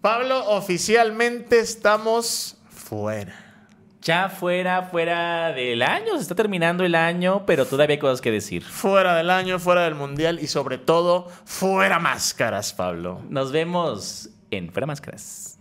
Pablo, oficialmente estamos fuera. Ya fuera, fuera del año. Se está terminando el año, pero todavía hay cosas que decir. Fuera del año, fuera del mundial y sobre todo, fuera máscaras, Pablo. Nos vemos en Fuera Máscaras.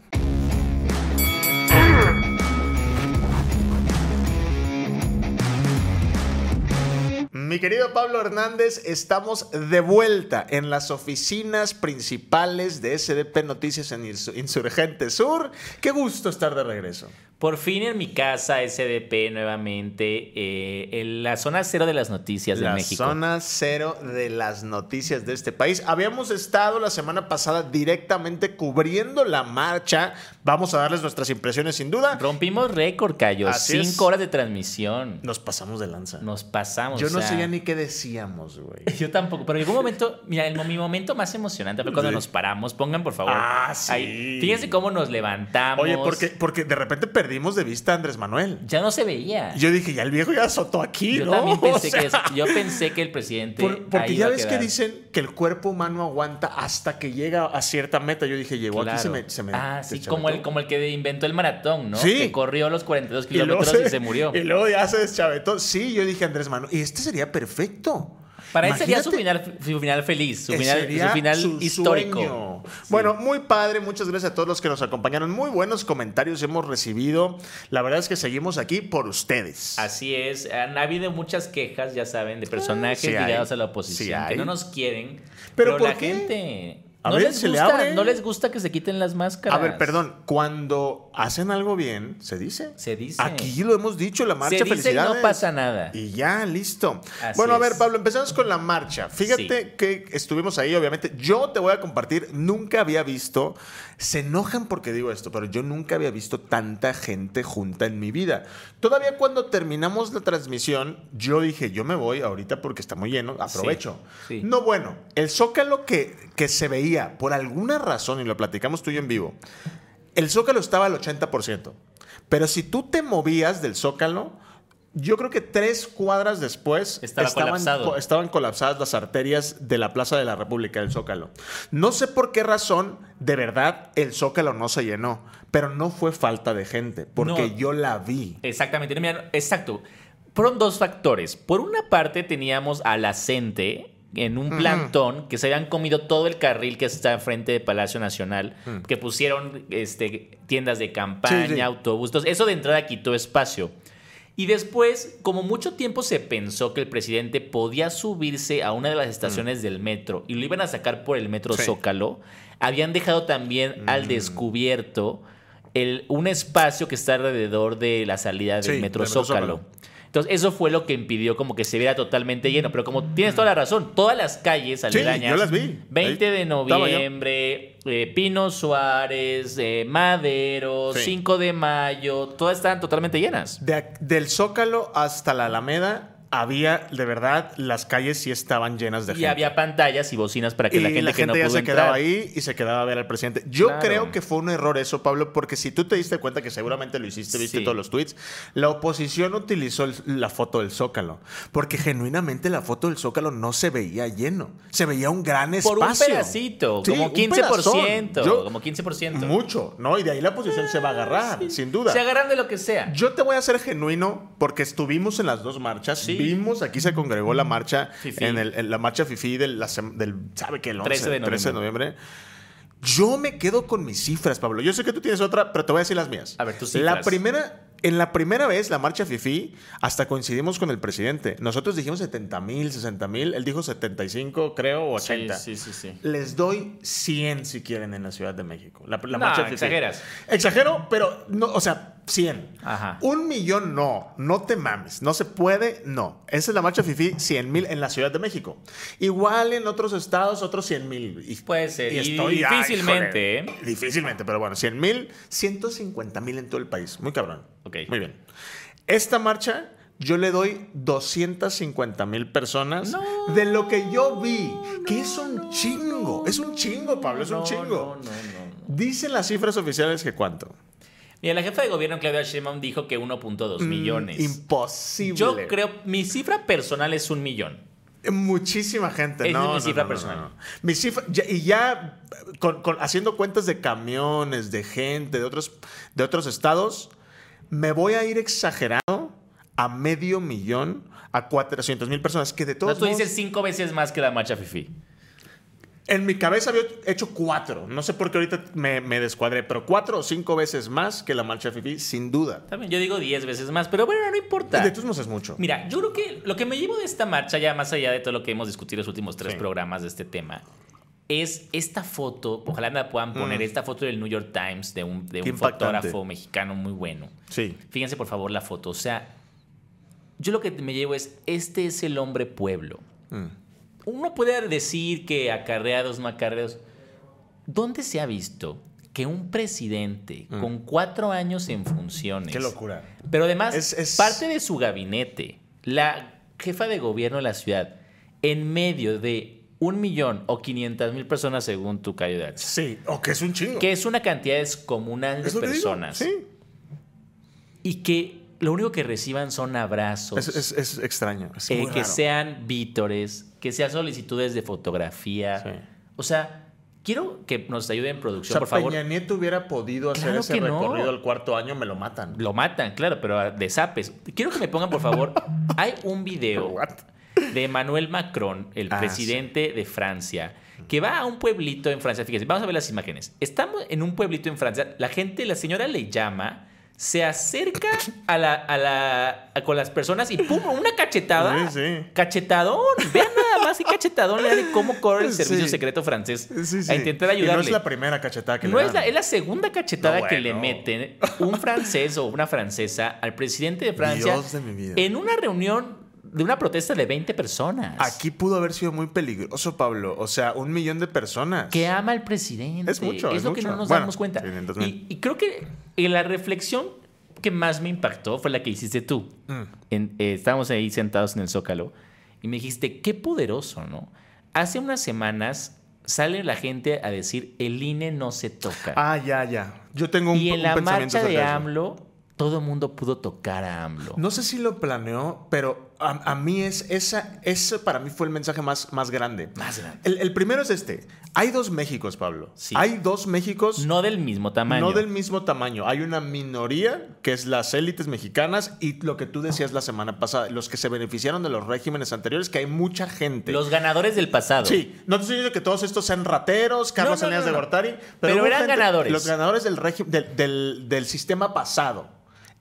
Mi querido Pablo Hernández, estamos de vuelta en las oficinas principales de SDP Noticias en Insur- Insurgente Sur. Qué gusto estar de regreso. Por fin en mi casa, SDP nuevamente, eh, en la zona cero de las noticias de La México. zona cero de las noticias de este país. Habíamos estado la semana pasada directamente cubriendo la marcha. Vamos a darles nuestras impresiones sin duda. Rompimos récord, Cayo. Así es. Cinco horas de transmisión. Nos pasamos de lanza. Nos pasamos. Yo o no sea, sabía ni qué decíamos, güey. Yo tampoco, pero llegó un momento, mira, el, mo- mi momento más emocionante fue cuando Sí. nos paramos. Pongan, por favor. Ah, sí. fíjense cómo nos levantamos. Oye, porque, porque de repente perdimos de vista a Andrés Manuel. Ya no se veía. Yo dije, ya el viejo ya azotó aquí, Yo ¿no? también pensé, O sea, que eso- yo pensé que el presidente. por- porque ahí ya iba a ves que quedar. dicen que el cuerpo humano aguanta hasta que llega a cierta meta. Yo dije, llegó Claro. aquí, se me. se me- ah, se sí, me como el, metió. como el que inventó el maratón, ¿no? Sí. Que corrió los 42 Y luego kilómetros y se murió. Y luego ya se deschavetó. Sí, yo dije, Andrés Manuel, y este sería perfecto. Para él sería su Imagínate- final, su final feliz, su Eh, final, sería su final su histórico. sueño. Bueno, muy padre, muchas gracias a todos los que nos acompañaron. Muy buenos comentarios hemos recibido. La verdad es que seguimos aquí por ustedes. Así es, han habido muchas quejas, ya saben, de personajes Ah, sí hay. ligados a la Sí oposición hay. que no nos quieren. ¿Pero Pero, por la qué? gente A no ver, les se le gusta, abre. no les gusta que se quiten las máscaras. A ver, perdón, cuando hacen algo bien, ¿se dice? Se dice. Aquí lo hemos dicho, la marcha Se dice y felicidades. no pasa nada. Y ya, listo. Así bueno, a es. ver, Pablo, empezamos con la marcha. Fíjate que estuvimos ahí, obviamente. Yo te voy a compartir, nunca había visto, se enojan porque digo esto, pero yo nunca había visto tanta gente junta en mi vida. Todavía cuando terminamos la transmisión, yo dije, yo me voy ahorita porque está muy lleno, aprovecho. sí. No, bueno, el zócalo que, que se veía, por alguna razón, y lo platicamos tú y yo en vivo, el zócalo estaba al 80%. Pero si tú te movías del zócalo, yo creo que tres cuadras después Estaba colapsado. co- estaban colapsadas las arterias de la Plaza de la República, del zócalo. No sé por qué razón, de verdad, el zócalo no se llenó. Pero no fue falta de gente, porque No. yo la vi. Exactamente, mira, exacto. Fueron dos factores. Por una parte teníamos a la gente en un plantón que se habían comido todo el carril que está enfrente de Palacio Nacional, que pusieron este, tiendas de campaña, Mm. Sí, sí. autobús. Entonces, eso de entrada quitó espacio. Y después, como mucho tiempo se pensó que el presidente podía subirse a una de las estaciones del metro y lo iban a sacar por el metro Mm. Sí. Mm. Zócalo, habían dejado también al descubierto el, un espacio que está alrededor de la salida del Sí, metro del Metro Zócalo. Zócalo. Entonces, eso fue lo que impidió como que se viera totalmente lleno. Pero como tienes toda la razón, todas las calles aledañas. yo las vi. 20 Ahí de estaba yo. noviembre, eh, Pino Suárez, eh, Madero, Sí. 5 de mayo, todas estaban totalmente llenas. De ac- del zócalo hasta la Alameda, había, de verdad, las calles sí estaban llenas de Y gente. había pantallas y bocinas para que y la gente, que no ya pudo se quedaba entrar- ahí y se quedaba a ver al presidente. Yo Claro. creo que fue un error eso, Pablo, porque si tú te diste cuenta que seguramente lo hiciste, viste Sí. todos los tweets, la oposición utilizó el- la foto del Zócalo, porque genuinamente la foto del Zócalo no se veía lleno, se veía un gran Por espacio. un pedacito, Sí, como un pedazón. 15%. Yo- como 15%. mucho, ¿no? Y de ahí la oposición se va a agarrar, sin duda. Se agarran de lo que sea. Yo te voy a ser genuino porque estuvimos en las dos marchas. Sí. Vimos, aquí se congregó la marcha, Fifí. en, el- en la marcha Fifi del, la sem- del- ¿sabe qué? El 11, 13 de 13 de noviembre. Yo me quedo con mis cifras, Pablo. Yo sé que tú tienes otra, pero te voy a decir las mías. A ver, tus La cifras. primera, en la primera vez, la marcha Fifi, hasta coincidimos con el presidente. Nosotros dijimos 70 mil, 60 mil. Él dijo 75, creo, o 80. Sí, sí, sí. sí. Les doy 100 si quieren en la Ciudad de México. La, la No, marcha Fifi. exageras. Exagero, pero no, o sea, 100. Ajá. Un millón no, no te mames, no se puede, no. Esa es la marcha Fifi 100 mil en la Ciudad de México. Igual en otros estados, otros 100 mil. Y- Puede ser, y ay, difícilmente, ¿eh? joder, Difícilmente, pero bueno, 100 mil, 150 mil en todo el país. Muy cabrón. Ok. Muy bien. Esta marcha yo le doy 250 mil personas No, de lo que yo vi, que no, es un no, chingo. no, es un chingo, Pablo, es un No, chingo. no, no, no. Dicen las cifras oficiales que cuánto. Mira, la jefa de gobierno Claudia Sheinbaum dijo que 1.2 millones. Mm, Imposible. Yo creo, mi cifra personal es un millón. Muchísima gente, Esa no. es no, mi cifra no, no, personal. no. Mi cifra, ya- y ya con- con- haciendo cuentas de camiones, de gente, de otros, de otros estados, me voy a ir exagerado a medio millón, a 400 mil personas, que de todos No, tú modos, dices cinco veces más que la marcha fifi. en mi cabeza había hecho cuatro. No sé por qué ahorita me, me descuadré, pero cuatro o cinco veces más que la marcha FIFI, sin duda. También yo digo diez veces más, pero bueno, no importa. De todos modos es mucho. Mira, yo creo que lo que me llevo de esta marcha, ya más allá de todo lo que hemos discutido en los últimos tres Sí. programas de este tema, es esta foto, ojalá me la puedan poner, Mm. esta foto del New York Times de un, de Qué un impactante. fotógrafo mexicano muy bueno. Sí. Fíjense por favor la foto, o sea, yo lo que me llevo es, este es el hombre pueblo. Mm. Uno puede decir que acarreados, no acarreados. ¿Dónde se ha visto que un presidente con cuatro años en funciones... Mm. Qué locura. Pero además, Es- es- parte de su gabinete, la jefa de gobierno de la ciudad, en medio de un millón o 500 mil personas según tu callo de Hacha, Sí, o que es un chingo. que es una cantidad descomunal de Es lo que digo, personas, Sí. y que lo único que reciban son abrazos, Es, es- es extraño. es eh, muy que raro. sean vítores, que sean solicitudes de fotografía. Sí. O sea, quiero que nos ayuden en O producción, sea, por favor. Peña Nieto hubiera podido hacer Claro ese que no. recorrido al cuarto año, me lo matan. Lo matan, claro, pero de zapes. Quiero que me pongan, por favor, hay un video What? de Emmanuel Macron, el Ah, presidente de Francia, que va a un pueblito en Francia. Fíjense, vamos a ver las imágenes. Estamos en un pueblito en Francia. La gente, la señora le llama, se acerca a la, a la, a- con las personas y ¡pum! Una cachetada. Sí, sí. Cachetadón. Vean nada más y cachetadón le da de cómo corre el Sí. servicio secreto francés Sí, sí. a intentar Y no ayudarle. es la primera cachetada que No le es la, es la segunda cachetada No, que le bueno. meten un francés o una francesa al presidente de Francia Dios de mi vida. en una reunión de una protesta de 20 personas Aquí pudo haber sido muy peligroso, Pablo. O sea, un millón de personas. que ama al presidente. Es mucho, Es, es lo que mucho. no nos Bueno, damos cuenta. sí, en el 2000. Y, y creo que eh, la reflexión que más me impactó fue la que hiciste tú. Mm. En- eh, estábamos ahí sentados en el Zócalo y me dijiste, qué poderoso, ¿no? Hace unas semanas sale la gente a decir, el INE no se toca. Ah, ya, ya. Yo tengo un, y en un la pensamiento marcha de acerca eso. AMLO, todo mundo pudo tocar a AMLO. No sé si lo planeó, pero a, a mí es esa, ese para mí fue el mensaje más, más grande. Más grande. El, el primero es este. Hay dos Méxicos, Pablo. Sí. Hay dos Méxicos. No del mismo tamaño. No del mismo tamaño. Hay una minoría que es las élites mexicanas y lo que tú decías la semana pasada, los que se beneficiaron de los regímenes anteriores, que hay mucha gente. Los ganadores del pasado. Sí, no te estoy diciendo que todos estos sean rateros, Carlos No, no, no, Salinas no. de Gortari, pero, Pero hubo eran ganadores. Los ganadores del, régimen- del, del- del sistema pasado.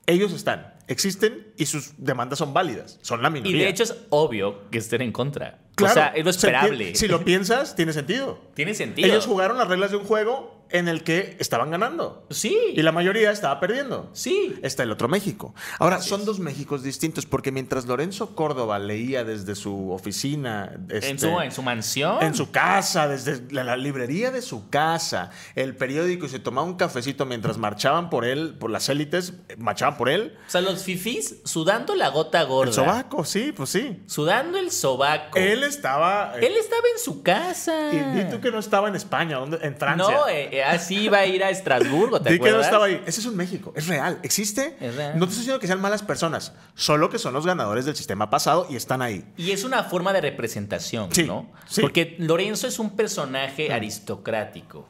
Ellos están, existen y sus demandas son válidas. Son la Y minoría. de hecho es obvio que estén en contra. Claro, o sea, es lo se enti- esperable. Si lo piensas, tiene sentido. Tiene sentido. Ellos jugaron las reglas de un juego en el que estaban ganando. Sí. Y la mayoría estaba perdiendo. Sí. está el otro México. Ahora, son dos Méxicos distintos, porque mientras Lorenzo Córdoba leía desde su oficina, en, este, su, en su mansión. en su casa, desde la, la librería de su casa, el periódico y se tomaba un cafecito mientras marchaban por él, por las élites, eh, marchaban por él, O sea, los fifís sudando la gota gorda. el sobaco, sí, pues sí. Sudando el sobaco. Él estaba... eh, Él estaba en su casa. y di tú que no estaba en España, ¿dónde? en Francia. No, eh, eh, así iba a ir a Estrasburgo, ¿te Di que no acuerdas? estaba ahí. Ese es un México, es real, existe. Es real. No te estoy diciendo que sean malas personas, solo que son los ganadores del sistema pasado y están ahí. Y es una forma de representación, Sí, ¿no? sí. Mm. Porque Lorenzo es un personaje aristocrático.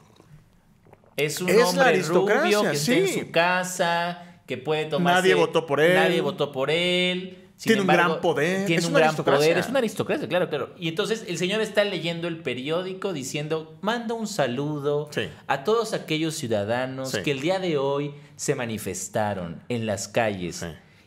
Es un Es la hombre rubio aristocracia, que está en sí. su casa, que puede tomar. Nadie votó por él. Nadie votó por él. Sin Tiene un gran poder. Tiene Es un una gran aristocracia. poder. Es una aristocracia, claro, claro. Y entonces el señor está leyendo el periódico diciendo: manda un saludo Sí. a todos aquellos ciudadanos Sí. que el día de hoy se manifestaron en las calles. Sí.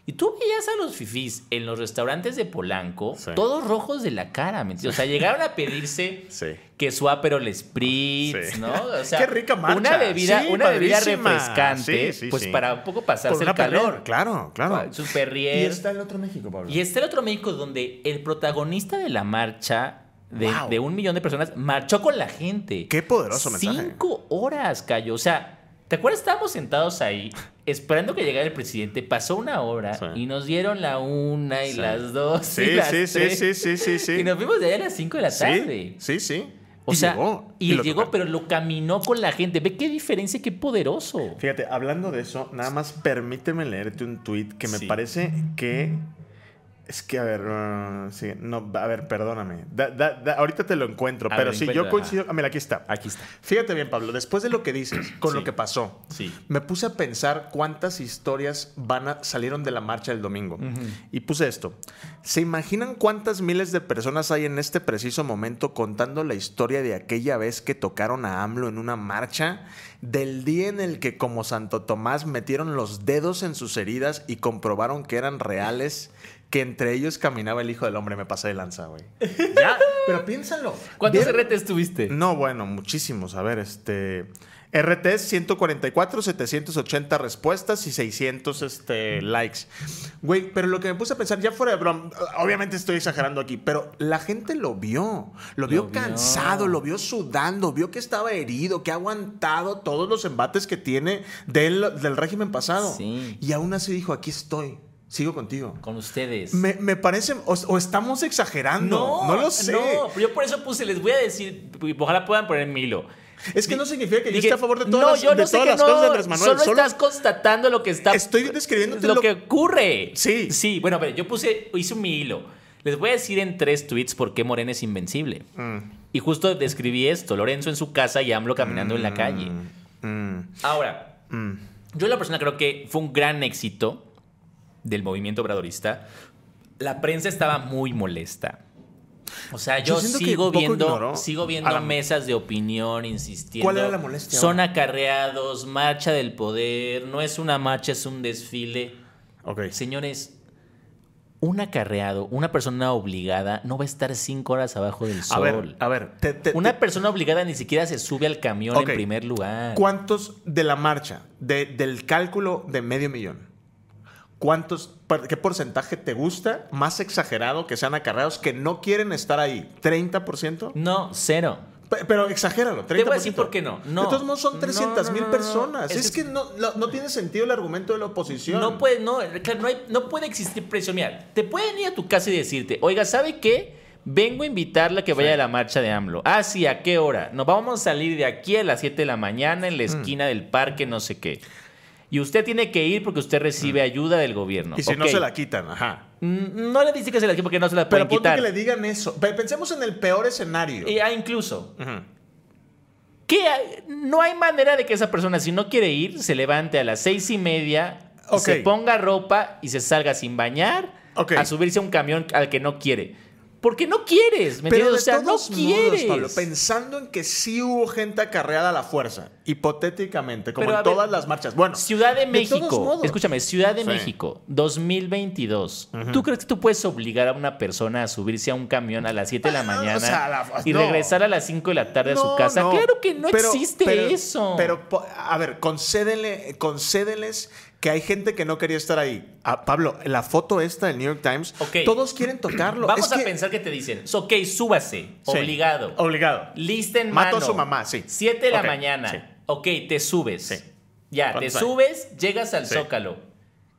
Y tú veías a los fifís en los restaurantes de Polanco, Sí. todos rojos de la cara, ¿me entiendes? O sea, llegaron a pedirse Sí. que su Aperol Spritz, Sí. ¿no? O sea, Qué rica marcha. Una bebida, Sí, una bebida padrísima. refrescante, Sí, sí, pues sí. para un poco Con pasarse una el calor. pelea, Claro, claro. Su Y perrier. está el otro México, Pablo. Y está el otro México donde el protagonista de la marcha de, Wow. de un millón de personas marchó con la gente. Qué poderoso mensaje. Cinco horas, Cayo. O sea, ¿te acuerdas? Estábamos sentados ahí esperando que llegara el presidente. Pasó una hora Sí. y nos dieron la una y Sí. las dos. y Sí, las sí, sí, tres. sí, sí, sí, sí. Y nos vimos de allá a las cinco de la tarde. sí, sí, sí. O Y sea, llegó. y, lo llegó, tocaron. pero lo caminó con la gente. Ve qué diferencia, qué poderoso. Fíjate, hablando de eso, nada más permíteme leerte un tuit que me Sí. parece que Es que, a ver, uh, sí, no, a ver, perdóname. Da- da- da- ahorita te lo encuentro, A ver, pero sí, yo encuéntrala. coincido. Ah, mira, aquí está. Aquí está. Fíjate bien, Pablo, después de lo que dices, con Sí. lo que pasó, Sí. me puse a pensar cuántas historias van a, salieron de la marcha del domingo. Y puse esto. ¿Se imaginan cuántas miles de personas hay en este preciso momento contando la historia de aquella vez que tocaron a AMLO en una marcha? Del día en el que, como Santo Tomás, metieron los dedos en sus heridas y comprobaron que eran reales. Que entre ellos caminaba el hijo del hombre, me pasé de lanza, güey. Ya, pero piénsalo. ¿Cuántos Vieron- RTs tuviste? no, bueno, muchísimos. A ver, este. RTs 144, 780 respuestas y 600 este, likes. Güey, pero lo que me puse a pensar, ya fuera de broma, obviamente estoy exagerando aquí, pero la gente lo vio. Lo vio vio. cansado, lo vio sudando, vio que estaba herido, que ha aguantado todos los embates que tiene del, del régimen pasado. Sí. Y aún así dijo: aquí estoy, sigo contigo. Con ustedes. Me, me parece, o, o estamos exagerando. No, lo sé. No, pero yo por eso puse, les voy a decir, ojalá puedan poner mi hilo. Es que no significa que yo Dije, esté a favor de todas las, de sé todas que las cosas de Andrés Manuel. Solo, solo- estás constatando lo que está. Estoy describiéndote lo, lo- que ocurre. Sí. Sí, bueno, pero yo puse, hice mi hilo. Les voy a decir en tres tweets por qué Morena es invencible. Mm, Y justo describí esto: Lorenzo en su casa y AMLO caminando en la calle. Mm, Ahora, yo la persona creo que fue un gran éxito del movimiento obradorista. La prensa estaba muy molesta. O sea, Yo yo, siento que sigo un poco viendo, ignoró sigo viendo a la- mesas de opinión insistiendo. ¿Cuál era la molestia? Son acarreados, marcha del poder, no es una marcha, es un desfile. ok. Señores, un acarreado, una persona obligada, no va a estar cinco horas abajo del sol. A ver, a ver. te- te- una te- persona obligada ni siquiera se sube al camión Ok. en primer lugar. ¿Cuántos de la marcha, de- del cálculo de medio millón? ¿Cuántos, por- qué porcentaje te gusta más exagerado que sean acarreados que no quieren estar ahí? ¿30%? No, cero. Pe- Pero exagéralo, 30%. Te voy a decir por qué no. No. De todos modos son No, 300 mil no, no, no, no. personas. Es Es, que- que no, no- no tiene sentido el argumento de la oposición. No puede, no, claro, no, hay- no puede existir presión. Mira, te pueden ir a tu casa y decirte, oiga, ¿sabe qué? Vengo a invitarla a que vaya a la marcha de AMLO. Ah, sí, ¿a qué hora? Nos vamos a salir de aquí a las 7 de la mañana Mm. en la esquina del parque, no sé qué. Y usted tiene que ir porque usted recibe ayuda del gobierno. Mm. Y si no Ok. se la quitan, ajá. Mm, No le dice que se la quiten porque no se la Pero pueden ponte quitar. que le digan eso. Pe- Pensemos en el peor escenario. Eh, ah, incluso. Ujú. que hay- no hay manera de que esa persona, si no quiere ir, se levante a las seis y media, Ok. se ponga ropa y se salga sin bañar Ok. a subirse a un camión al que no quiere. Porque no quieres, ¿me Pero de entiendes? O sea, no todos modos, quieres. Pablo, pensando en que sí hubo gente acarreada a la fuerza, hipotéticamente, como Pero, a en todas ver, las marchas. Bueno, Ciudad de México, todos modos. escúchame, Ciudad de Sí. México, 2022. ¿Tú crees que tú puedes obligar a una persona a subirse a un camión a las 7 de la Ah, no, mañana o sea, a la- y no. regresar a las 5 de la tarde a no, su casa? no. Claro que no Pero- existe pero- eso. Pero, po- a ver, concédele, concédeles que hay gente que no quería estar ahí. Ah, Pablo, la foto esta del New York Times, Ok. todos quieren tocarlo. Vamos Es a que- pensar que te dicen, ok, súbase, Sí. obligado. Obligado. Lista en Mató mano. a su mamá, sí. 7 de la Ok, mañana. sí. Ok, te subes. Sí. Ya, te ¿Cuántos hay? subes, llegas al Sí. zócalo.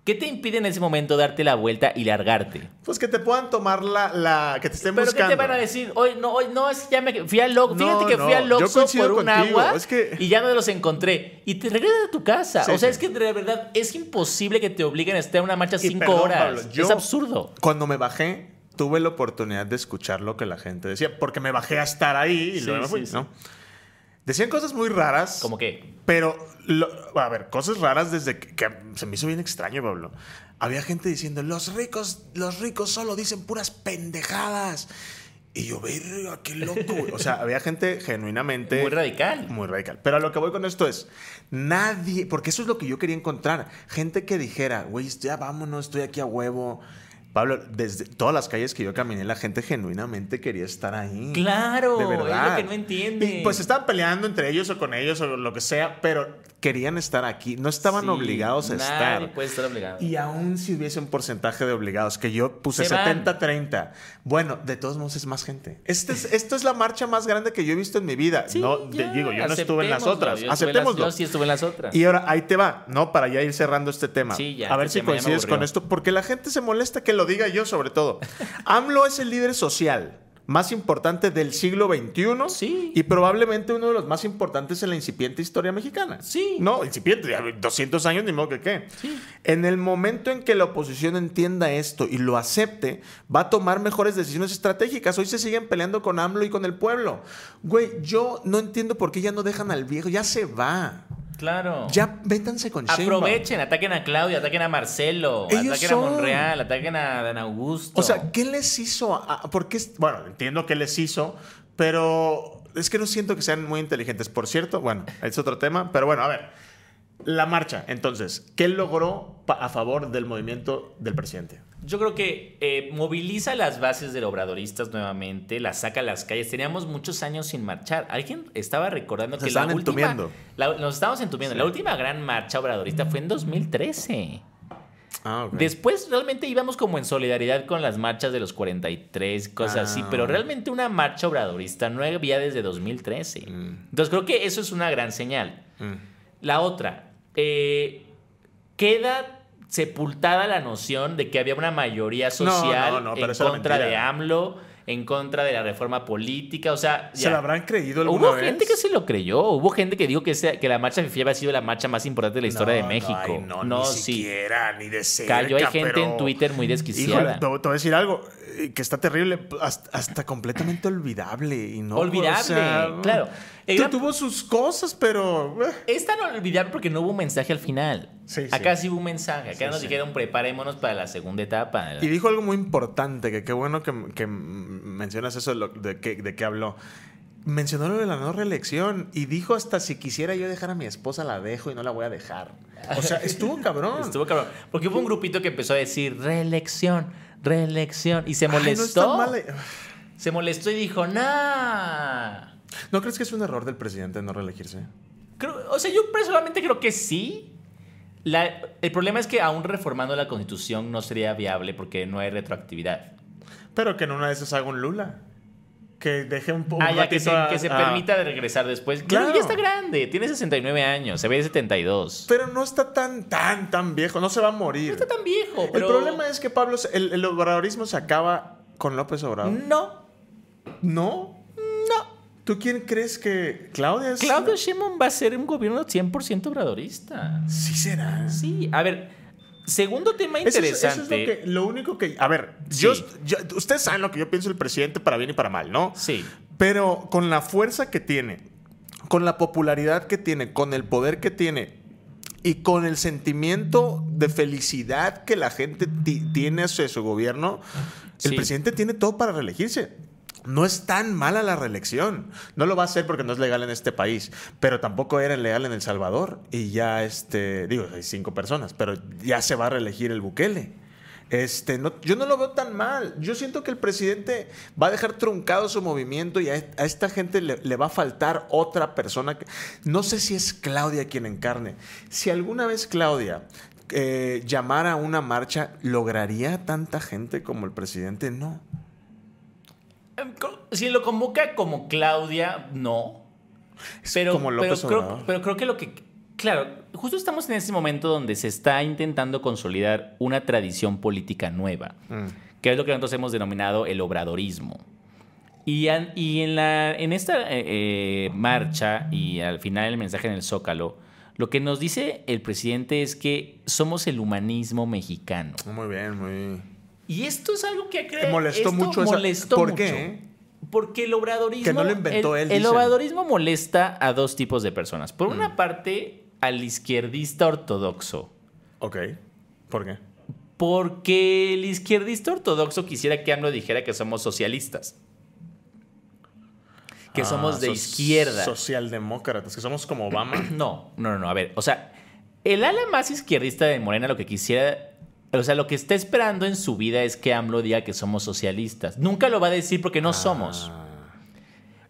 ¿Qué te impide en ese momento darte la vuelta y largarte? Pues que te puedan tomar la, la que te estén ¿Pero buscando. qué te van a decir? Hoy no, hoy no, es que ya me fui al Log. No, Fíjate que fui no, al yo Oxxo coincido por un contigo, agua es que- y ya no los encontré. Y te regresas a tu casa. Sí, o sea, sí. es que de verdad es imposible que te obliguen a estar en una marcha Y 5 perdón, horas. Pablo, yo- Es absurdo. Cuando me bajé, tuve la oportunidad de escuchar lo que la gente decía, porque me bajé a estar ahí y Sí, luego me sí, fui, sí. ¿no? Decían cosas muy raras. Como que. Pero, lo- a ver, cosas raras desde que, que se me hizo bien extraño, Pablo. Había gente diciendo, los ricos, los ricos solo dicen puras pendejadas. Y yo, verga, qué loco. güey". O sea, había gente genuinamente... Muy radical. Muy radical. Pero a lo que voy con esto es, nadie, porque eso es lo que yo quería encontrar, gente que dijera, güey, ya vámonos, estoy aquí a huevo. Pablo, desde todas las calles que yo caminé, la gente genuinamente quería estar ahí. Claro, De es lo verdad. que no entienden. Y, pues estaban peleando entre ellos o con ellos o lo que sea, pero querían estar aquí, no estaban Sí, obligados a nadie estar. puede estar obligado. Y aún si hubiese un porcentaje de obligados, que yo puse Se van. 70-30, bueno, de todos modos es más gente. Este es, esto es la marcha más grande que yo he visto en mi vida. Sí, no, de- ya, digo, yo no estuve en las aceptémoslo, otras. yo estuve en las- Aceptémoslo. Yo sí estuve en las otras. Y ahora ahí te va, ¿no? Para ya ir cerrando este tema. Sí, ya, a ver este si tema ya me coincides aburrió. con esto, porque la gente se molesta que lo diga yo sobre todo. AMLO es el líder social. más importante del siglo XXI Sí. y probablemente uno de los más importantes en la incipiente historia mexicana. Sí. No, incipiente, ya 200 años ni modo que qué. Sí. En el momento en que la oposición entienda esto y lo acepte, va a tomar mejores decisiones estratégicas. Hoy se siguen peleando con AMLO y con el pueblo. Güey, yo no entiendo por qué ya no dejan al viejo, ya se va. Claro. Ya véntanse con Sheinbaum. Aprovechen, ataquen a Claudia, ataquen a Marcelo, Ellos ataquen son. a Monreal, ataquen a Dan Augusto. O sea, ¿qué les hizo? a- a- por qué es- bueno, entiendo qué les hizo, pero es que no siento que sean muy inteligentes. Por cierto, bueno, es otro tema, pero bueno, a ver. La marcha, entonces, ¿qué logró pa- a favor del movimiento del presidente? Yo creo que eh, moviliza las bases del obradoristas nuevamente, las saca a las calles. Teníamos muchos años sin marchar. Alguien estaba recordando Se que la estaban última, entumiendo. la- nos estábamos entumiendo. Sí. La última gran marcha obradorista fue en 2013. Ah, ok. Después realmente íbamos como en solidaridad con las marchas de los 43, cosas así, Ah. pero realmente una marcha obradorista no había desde 2013. Mm. Entonces creo que eso es una gran señal. La otra, eh, queda sepultada la noción de que había una mayoría social no, no, pero en eso era contra de mentira. AMLO, en contra de la reforma política, o sea... ¿Se ya. lo habrán creído alguna Hubo vez? gente que se lo creyó, hubo gente que dijo que, ese- que la marcha de había sido la marcha más importante de la historia de No, no, México. ay, No, ni siquiera, ni de cerca. Cayó, hay gente pero- en Twitter muy Híjole, desquiciada. te, voy- te voy a decir algo eh, que está terrible, hasta, hasta completamente olvidable. Y no, Olvidable, claro. El que gran- tuvo sus cosas, pero... eh. Es tan olvidable porque no hubo un mensaje al final. Sí, sí. Acá sí. hubo un mensaje. Acá Sí, nos sí. dijeron preparémonos para la segunda etapa. Y dijo algo muy importante, que qué bueno que, que mencionas eso de, lo- de qué- de qué habló. Mencionó lo de la no reelección y dijo hasta si quisiera yo dejar a mi esposa la dejo y no la voy a dejar. O sea, estuvo cabrón. Estuvo cabrón. Porque hubo un grupito que empezó a decir reelección, reelección. Y se Ay, no molestó. está mal. eh. se molestó y dijo, nah. ¿No crees que es un error del presidente no reelegirse? Creo- o sea, yo personalmente creo que sí. La- el problema es que aún reformando la constitución no sería viable porque no hay retroactividad. Pero que en una de esas haga un Lula. Que deje un, un Ah, ya, que ratito se, a- que se a- permita de regresar después. Claro. Claro. ya está grande, tiene 69 años, se ve de 72. Pero no está tan, tan, tan viejo. No se va a morir. No está tan viejo, pero... El problema es que Pablo, se- el, el obradorismo se acaba con López Obrador. No, ¿No? Mm, no. ¿Tú quién crees que Claudia es? Claudio Sheinbaum va a ser un gobierno 100% obradorista. Sí será. Sí, a ver, segundo tema Eso interesante. es- Eso es, lo, que- lo único que... A ver, yo, Sí. yo- ustedes saben lo que yo pienso del presidente para bien y para mal, ¿no? Sí, Pero con la fuerza que tiene, con la popularidad que tiene, con el poder que tiene y con el sentimiento de felicidad que la gente ti- tiene hacia su gobierno, el Sí. presidente tiene todo para reelegirse. No es tan mala la reelección. No lo va a hacer porque no es legal en este país, pero tampoco era legal en El Salvador y ya este, digo, hay cinco personas, pero ya se va a reelegir el Bukele. Este, no, yo no lo veo tan mal. Yo siento que el presidente va a dejar truncado su movimiento y a, est- a esta gente le, le va a faltar otra persona. que- no sé si es Claudia quien encarne. Si alguna vez Claudia eh, llamara a una marcha, ¿lograría tanta gente como el presidente? No. Em, co- Si lo convoca como Claudia, no. Es Pero, como López pero, creo, Obrador. pero creo que lo que... Claro, justo estamos en ese momento donde se está intentando consolidar una tradición política nueva, Mm. que es lo que nosotros hemos denominado el obradorismo. Y, an- y en, la, en esta eh, eh, marcha y al final el mensaje en el Zócalo, lo que nos dice el presidente es que somos el humanismo mexicano. Muy bien, muy. Y esto es algo que Te creo molestó mucho esa- Eh, molestó ¿Por mucho. qué? Porque el obradorismo. Que no lo inventó el, él, El dicen. Mm. obradorismo molesta a dos tipos de personas. Por una parte, al izquierdista ortodoxo. Ok. ¿Por qué? Porque el izquierdista ortodoxo quisiera que AMLO dijera que somos socialistas. Que Ah, somos de so- izquierda. Socialdemócratas, que somos como Obama. No, no, no, no, a ver, o sea, el ala más izquierdista de Morena lo que quisiera, o sea, lo que está esperando en su vida es que AMLO diga que somos socialistas. Nunca lo va a decir porque no Ah. somos.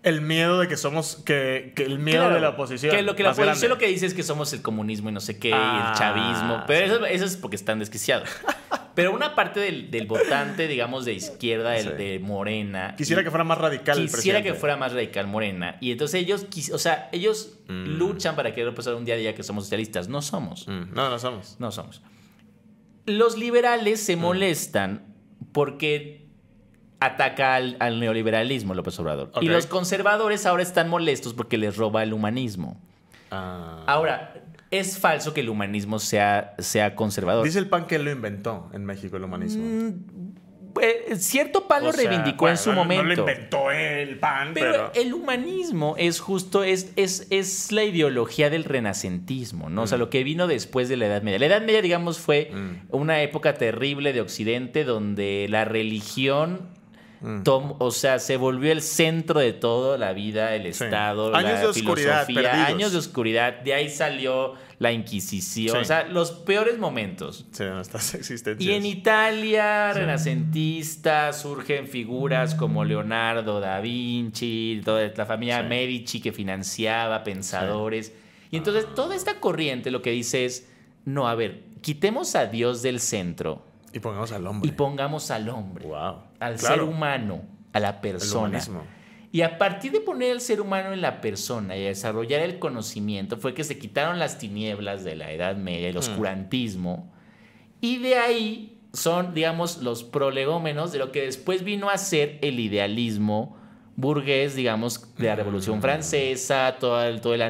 El miedo de que somos. Que, que el miedo Claro, de la oposición. Que lo que la más grande. oposición lo que dice es que somos el comunismo y no sé qué, y Ah, el chavismo, pero eso, eso es porque están desquiciados. Pero una parte del, del votante, digamos, de izquierda, del- Sí. de Morena. Quisiera y- que fuera más radical el Quisiera presidente. que fuera más radical Morena. Y entonces ellos, quis- o sea, ellos luchan para que pasar un día diga que somos socialistas. No somos. Mm, No, no somos. No Mm. somos. Los liberales se molestan porque ataca al, al neoliberalismo López Obrador. Ok. Y los conservadores ahora están molestos porque les roba el humanismo. Ah. Ahora, es falso que el humanismo sea, sea conservador. Dice el pan que él lo inventó en México, el humanismo. Eh, cierto pan Mm, lo O sea, reivindicó bueno, en su no- momento. No lo inventó el pan, Pero pero. el humanismo es justo, es, es, es la ideología del renacentismo, ¿no? O sea, lo que vino después de la Edad Media. La Edad Media, digamos, fue Mm. una época terrible de Occidente donde la religión, Mm. tom- o sea, se volvió el centro de todo, la vida, el Sí. Estado, Años la de oscuridad, filosofía, perdidos. años de oscuridad. De ahí salió la Inquisición, Sí. o sea, los peores momentos. Sí, no, estas existencias. Y en Italia, renacentista, surgen figuras como Leonardo da Vinci, toda la familia Sí. Medici que financiaba pensadores. Y entonces toda esta corriente lo que dice es, no, a ver, quitemos a Dios del centro Y pongamos al hombre. y pongamos al hombre, wow. al ser Claro, humano, a la El persona. humanismo. Y a partir de poner al ser humano en la persona y a desarrollar el conocimiento, fue que se quitaron las tinieblas de la Edad Media, el oscurantismo, y de ahí son, digamos, los prolegómenos de lo que después vino a ser el idealismo burgués, digamos, de la Revolución Francesa, todo el, todo el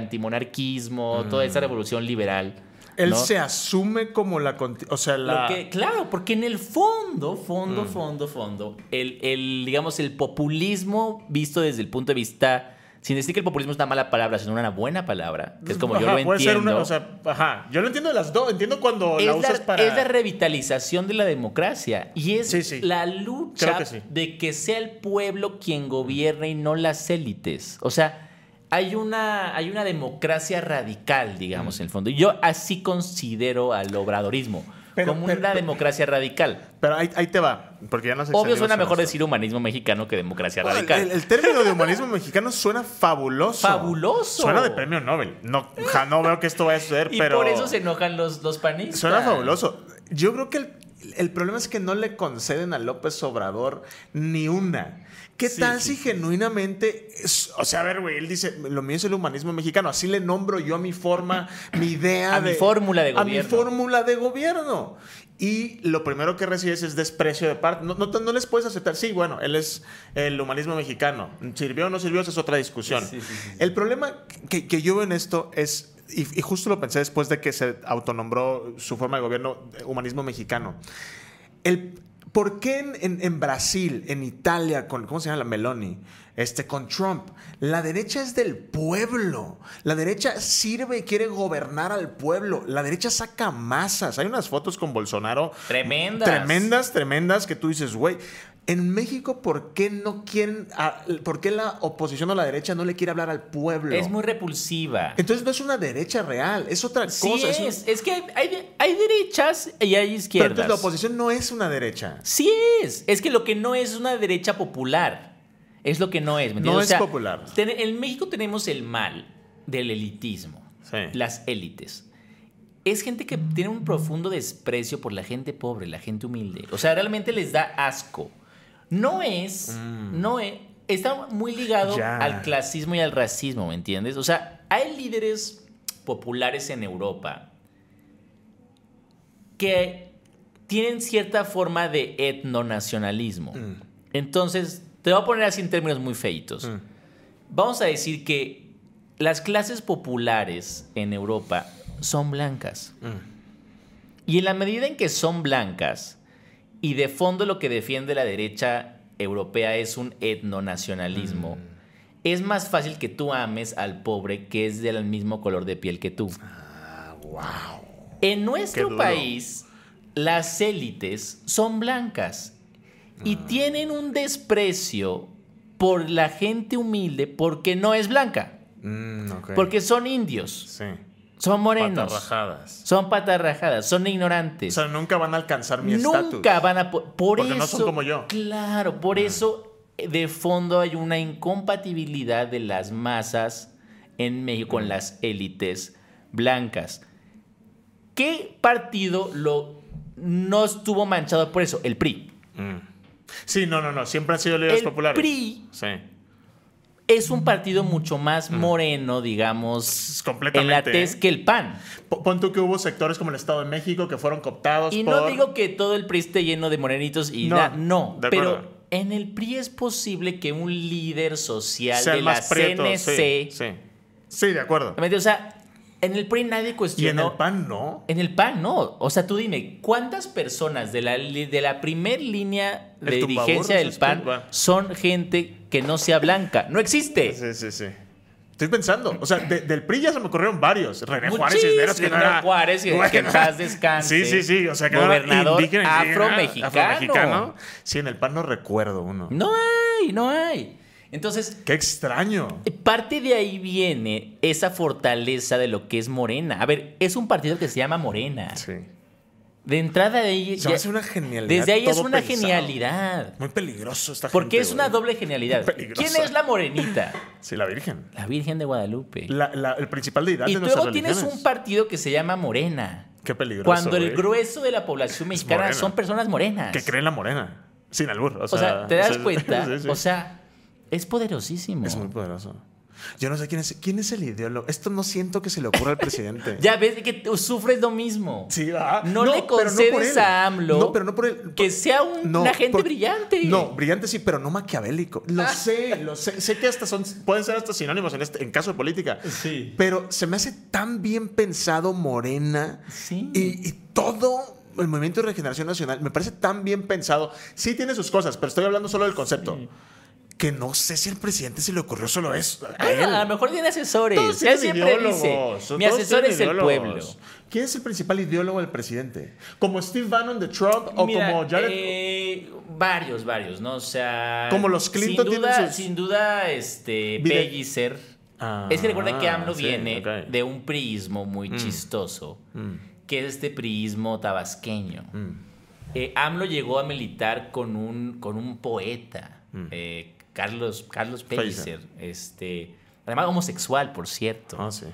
antimonarquismo, toda esa revolución liberal. Él ¿no? se asume como la. conti- O sea, Lo la. Mm. que- claro, porque en el fondo, fondo, fondo, fondo, el, el, digamos, el populismo visto desde el punto de vista, sin decir que el populismo es una mala palabra, sino una buena palabra, que es como yo Ajá, lo entiendo. Puede ser una. O sea, ajá. Yo lo entiendo de las dos. Entiendo cuando es, la la, usas para. es la revitalización de la democracia y es Sí, sí. la Creo lucha que sí. de que sea el pueblo quien gobierne y no las élites. O sea, hay una, hay una democracia radical, digamos, Mm. en el fondo. Y yo así considero al obradorismo, Pero- como pero- una democracia radical. Pero ahí, ahí te va. Porque ya nos Obvio excedimos suena en mejor esto. decir humanismo mexicano que democracia Bueno, radical. El, el término de humanismo mexicano suena fabuloso. Fabuloso. Suena de premio Nobel. No, ja, no veo que esto vaya a suceder, y pero. por eso se enojan los, los panistas. Suena fabuloso. Yo creo que el, el problema es que no le conceden a López Obrador ni una. ¿Qué Sí, tal sí, si genuinamente... es- o sea, a ver, güey, él dice, lo mío es el humanismo mexicano, así le nombro yo a mi forma, mi idea A mi fórmula de a mi gobierno. fórmula de gobierno. Y lo primero que recibes es desprecio de parte. No, no, te- no les puedes aceptar. Sí, bueno, él es el humanismo mexicano. ¿Sirvió o no sirvió? Esa es otra discusión. Sí, sí, sí, sí. El problema que, que yo veo en esto es, y, y justo lo pensé después de que se autonombró su forma de gobierno eh, humanismo mexicano, el, ¿por qué en, en- en Brasil, en Italia, con, ¿cómo se llama la Meloni? Este, con Trump, la derecha es del pueblo. La derecha sirve y quiere gobernar al pueblo. La derecha saca masas. Hay unas fotos con Bolsonaro Tremendas. Tremendas, tremendas que tú dices, güey. En México, ¿por qué no quieren, a- por qué la oposición o la derecha no le quiere hablar al pueblo? Es muy repulsiva. Entonces no es una derecha real, es otra Sí cosa. es. un- Es, que hay, hay- hay derechas y hay Pero izquierdas. entonces la oposición no es una derecha. Sí es. Es que lo que no es una derecha popular. Es lo que no es. ¿me No entiendes? es popular. ten- en México tenemos el mal del elitismo. Sí. Las élites. Es gente que tiene un profundo desprecio por la gente pobre, la gente humilde. O sea, realmente les da asco. No es. No es. Está muy ligado Mm. Ya. al clasismo y al racismo, ¿me entiendes? O sea, hay líderes populares en Europa que tienen cierta forma de etnonacionalismo. Entonces, te voy a poner así en términos muy feitos. Mm. Vamos a decir que las clases populares en Europa son blancas. mm. Y en la medida en que son blancas, y de fondo lo que defiende la derecha europea es un etnonacionalismo, Mm. es más fácil que tú ames al pobre que es del mismo color de piel que tú. En Ah, Qué nuestro duro. país, las élites son blancas y Ah. tienen un desprecio por la gente humilde porque no es blanca, Mm, ok. porque son indios, Sí. son morenos, Patarrajadas. son patarrajadas, son O ignorantes. sea, nunca van a alcanzar mi estatus. Nunca van a po- por Porque eso no son como yo. Ah. Claro, por eso eh, de fondo hay una incompatibilidad de las masas en México Mm. con las élites blancas. ¿Qué partido lo no estuvo manchado por eso? El PRI. Mm. Sí, no, no, no. Siempre han sido líderes El populares. PRI Sí. es un partido mucho más moreno, digamos, en la Mm. Completamente, tez ¿eh? que el PAN. Po- Pon tú que hubo sectores como el Estado de México que fueron cooptados Y por... no digo que todo el PRI esté lleno de morenitos y No, na- no, de pero acuerdo. en el PRI es posible que un líder social Sea de la más prieto. CNC. Sí, sí. Sí, de acuerdo. Realmente, O sea, en el PRI nadie Y en cuestionó. el pan no. En el PAN, no. O sea, tú dime, ¿cuántas personas de la, li- de la primer línea El de tumbador, dirigencia ¿no? del Sí, PAN tumba. son gente que no sea blanca? No existe. Sí, sí, sí. Estoy pensando. O sea, de- del PRI ya se me ocurrieron varios. René Juárez Cisneros, que no Muchísimo. era- Juárez, que- Bueno. que en paz descanse. Sí, sí, sí. O sea, que no era Gobernador indígena, indígena, afromexicano. afromexicano. Sí, en el pan no recuerdo uno. No hay, no hay. Entonces, Qué extraño. parte de ahí viene esa fortaleza de lo que es Morena. A ver, es un partido que se llama Morena. Sí. De entrada de ahí... Se ya- me hace una genialidad. desde ahí es todo una pensado. genialidad. Muy peligroso esta Porque gente, es una güey. doble genialidad. Peligrosa. ¿Quién es la morenita? Sí, la Virgen. La Virgen de Guadalupe. La- la- el principal deidad y de nuestras luego tienes religiones. un partido que se llama Morena. Qué peligroso. cuando el güey. grueso de la población mexicana morena. son personas morenas. Que cree en la morena. Sin albur. O O sea, sea, te das o sea, cuenta. sí, sí. O sea, es poderosísimo. Es muy poderoso. Yo no sé quién es, quién es el ideólogo. Esto no siento que se le ocurra al presidente. Ya ves que tú sufres lo mismo. Sí, ¿verdad? No, pero le por concedes él. a AMLO No, pero no por el. que sea un, no, una gente por- brillante. Ah. No, brillante sí, pero no maquiavélico. Lo sé, lo sé. Sé que hasta son, pueden ser hasta sinónimos en, este, en caso de política. Sí. Pero se me hace tan bien pensado Morena Sí. y, y todo el movimiento de regeneración nacional. Me parece tan bien pensado. Sí tiene sus cosas, pero estoy hablando solo del concepto. Que no sé si al presidente se le ocurrió solo eso. a Ah, él. a lo mejor tiene asesores. Todos Ya tienen siempre dice: ideólogos, Mi todos asesor tienen es el ideólogos. pueblo. ¿Quién es el principal ideólogo del presidente? ¿Como Steve Bannon de Trump o Mira, como Jared? eh, varios, varios, ¿no? O sea. Como los Clinton sin duda, tienen sus- Sin duda, este. Vide- Peggy Ser. Ah, es que recuerda que AMLO sí, viene ok. Mm. de un priismo muy chistoso, que es este priismo tabasqueño. Eh, AMLO llegó a militar con un, con un poeta, Mm. eh, Carlos, Carlos Pellicer. Pellicer, este, además homosexual, por cierto. Ah, sí.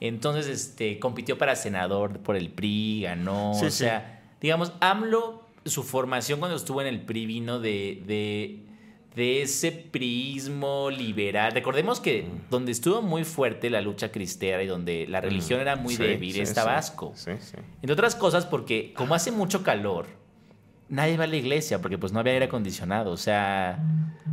Entonces, este, compitió para senador por el PRI, ganó. Sí, o sí. sea, digamos, AMLO, su formación cuando estuvo en el PRI vino de, de, de ese priismo liberal. Recordemos que Mm. donde estuvo muy fuerte la lucha cristera y donde la religión era muy Mm. Sí, débil sí, es sí. Tabasco. Sí, sí. Entre otras cosas, porque como hace mucho calor, nadie va a la iglesia porque pues no había aire acondicionado. O sea,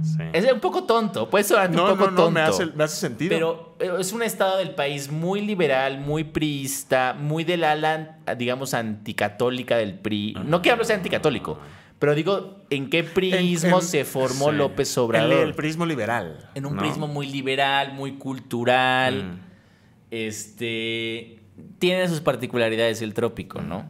sí. es un poco tonto. Puede sonar un No, poco no, no, tonto. me hace, me hace sentido. Pero eh, es un estado del país muy liberal, muy priista, muy del ala, digamos, anticatólica del PRI. No que hablo sea anticatólico, pero digo, ¿en qué prismo En- en- se formó sí. López El, Obrador? el prismo liberal. en un ¿no? prismo muy liberal, muy cultural. Mm. Este. Tiene sus particularidades el trópico, ¿no?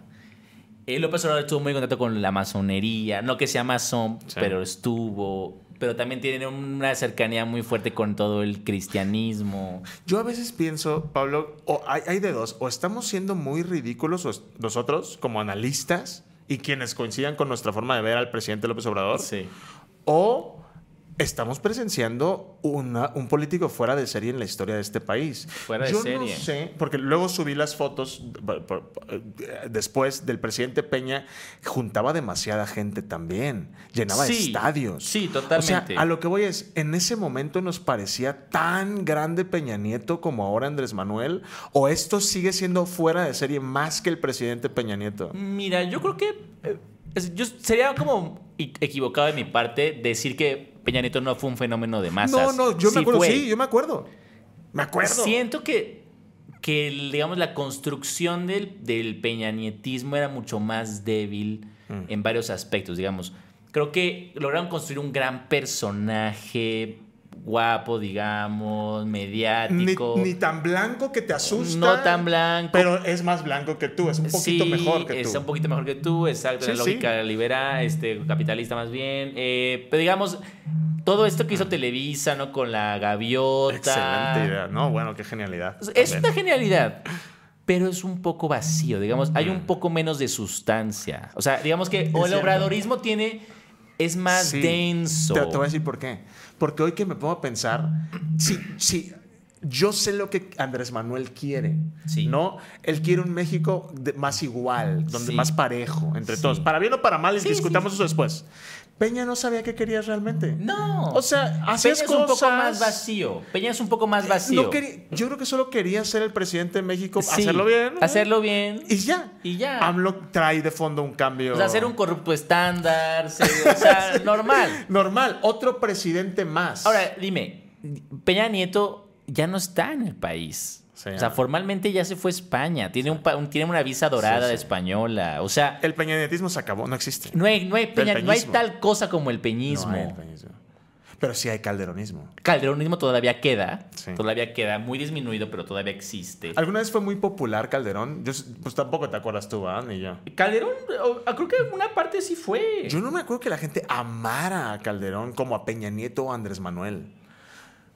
Eh, López Obrador estuvo muy en contacto con la masonería, no que sea masón, Sí. pero estuvo. Pero también tiene una cercanía muy fuerte con todo el cristianismo. Yo a veces pienso, Pablo, o hay, hay de dos, o estamos siendo muy ridículos os- nosotros como analistas y quienes coincidan con nuestra forma de ver al presidente López Obrador, o estamos presenciando una- un político fuera de serie en la historia de este país. Fuera de Yo serie. no sé, porque luego subí las fotos por- por- por- después del presidente Peña, juntaba demasiada gente también, llenaba Sí, estadios. sí, O totalmente. sea, a lo que voy es, en ese momento nos parecía tan grande Peña Nieto como ahora Andrés Manuel, o esto sigue siendo fuera de serie más que el presidente Peña Nieto. Mira, yo creo que. eh, es- yo sería como i- equivocado de mi parte decir que Peña Nieto no fue un fenómeno de masas. No, no, yo Sí me acuerdo, fue. sí, yo me acuerdo. Me acuerdo. Siento que, que, digamos, la construcción del, del peñanietismo era mucho más débil Mm. en varios aspectos, digamos. Creo que lograron construir un gran personaje guapo, digamos, ni, mediático. ni tan blanco que te asusta. No tan blanco. Pero es más blanco que tú, es un poquito Sí, mejor que tú. Está un poquito mejor que tú, exacto. la Sí, lógica libera, este, capitalista más bien. Eh, pero digamos, todo esto que hizo Televisa, ¿no? Con la gaviota. Excelente idea. No, bueno, qué genialidad. Es También. una genialidad, pero es un poco vacío, digamos. Hay un poco menos de sustancia. O sea, digamos que o el Mm. cierto. obradorismo tiene. Es más Sí. denso. Te, te voy a decir por qué. Porque hoy que me pongo a pensar, sí, sí, yo sé lo que Andrés Manuel quiere. Sí. ¿No? Él quiere un México de- más igual, donde Sí. más parejo entre Sí. todos. Para bien o para mal, Sí, discutamos sí, eso después. Peña no sabía qué quería realmente. No. O sea, Peña hacías es un cosas... poco más vacío. Peña es un poco más vacío. Eh, No quería- yo creo que solo quería ser el presidente de México, Sí, hacerlo bien. ¿eh? Hacerlo bien. Y ya. Y ya. AMLO trae de fondo un cambio. O sea, ser un corrupto estándar. ser- o sea, normal. Normal, otro presidente más. Ahora, dime, Peña Nieto ya no está en el país. Sí, o sea, ah. formalmente ya se fue a España. Tiene, un, pa- un- tiene una visa dorada Sí, sí. española. O sea, el peñanetismo se acabó, no existe. no hay, no hay Peña- no hay peñismo. tal cosa como el No peñismo. hay el peñismo. Pero sí hay calderonismo. Calderonismo todavía queda. Sí. Todavía queda muy disminuido, pero todavía existe. ¿Alguna vez fue muy popular Calderón? Yo, s- pues tampoco te acuerdas tú, ¿ah? Ni yo. Calderón, o- creo que una parte sí fue. Yo no me acuerdo que la gente amara a Calderón como a Peña Nieto o a Andrés Manuel.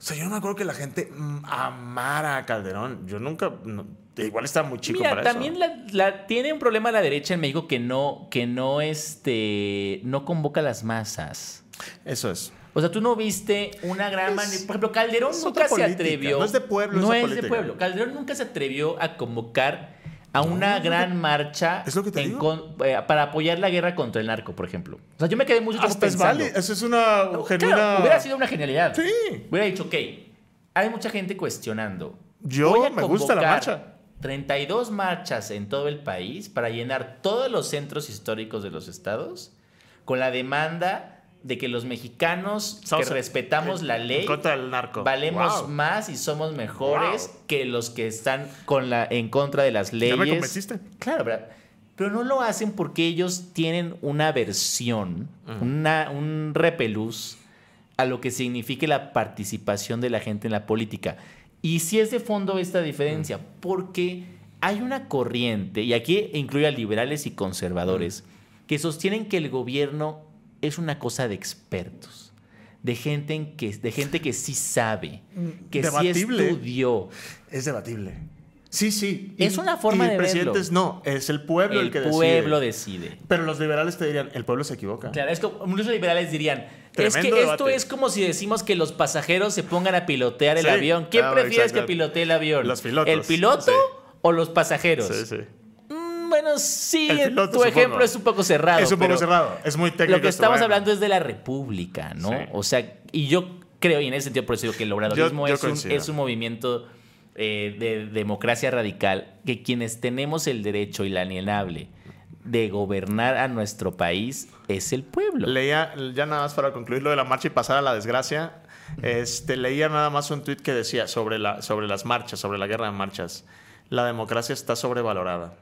O sea, yo no me acuerdo que la gente mm, amara a Calderón. Yo nunca. no- igual estaba muy chico Mira, para también eso. La, la- tiene un problema la derecha en México que no, que no, este, no convoca a las masas. Eso es. O sea, tú no viste una gran Es- mani- Por ejemplo, Calderón es nunca otra se política. atrevió. No es de pueblo, es No de es de política. pueblo. Calderón nunca se atrevió a convocar a una gran marcha es lo que te en digo. con- eh, para apoyar la guerra contra el narco, por ejemplo. O sea, yo me quedé mucho tiempo Hasta es pensando. válido. Eso es una Claro, genuina. hubiera sido una genialidad. Sí. Hubiera dicho, ok, hay mucha gente cuestionando. Yo Voy a me gusta la convocar marcha. 32 marchas en todo el país para llenar todos los centros históricos de los estados con la demanda de que los mexicanos Somos- que respetamos la ley En contra del narco. valemos Wow. más y somos mejores Wow. que los que están con la en contra de las leyes. me convenciste. Claro, ¿verdad? pero no lo hacen porque ellos tienen una aversión, una, un repelús a lo que signifique la participación de la gente en la política. Y si es de fondo esta diferencia, porque hay una corriente, y aquí incluye a liberales y conservadores, que sostienen que el gobierno es una cosa de expertos, de gente, en que, de gente que sí sabe, que Mm, Debatible. sí estudió. Es debatible. Sí, sí. Es una forma y de presidentes no, es el pueblo el, el que pueblo decide. decide. Pero los liberales te dirían, el pueblo se equivoca. Claro, es que muchos liberales dirían, es que Tremendo esto debate. es como si decimos que los pasajeros se pongan a pilotear el Sí. avión. ¿Quién Ah, prefieres exacto. que pilotee el avión? Los pilotos. ¿El piloto Sí. o los pasajeros? Sí, sí. Mm, bueno, sí, El piloto, tu supongo. ejemplo es un poco cerrado. es un poco pero cerrado. Es muy técnico. Lo que este estamos programa. hablando es de la República, ¿no? Sí. O sea, y yo creo, y en ese sentido por eso digo que el obradorismo Yo- yo es, un, coincido. es un movimiento eh, de democracia radical, que quienes tenemos el derecho inalienable de gobernar a nuestro país es el pueblo. Leía, ya nada más para concluir lo de la marcha y pasar a la desgracia, este, leía nada más un tuit que decía sobre, la, sobre las marchas, sobre la guerra de marchas. La democracia está sobrevalorada.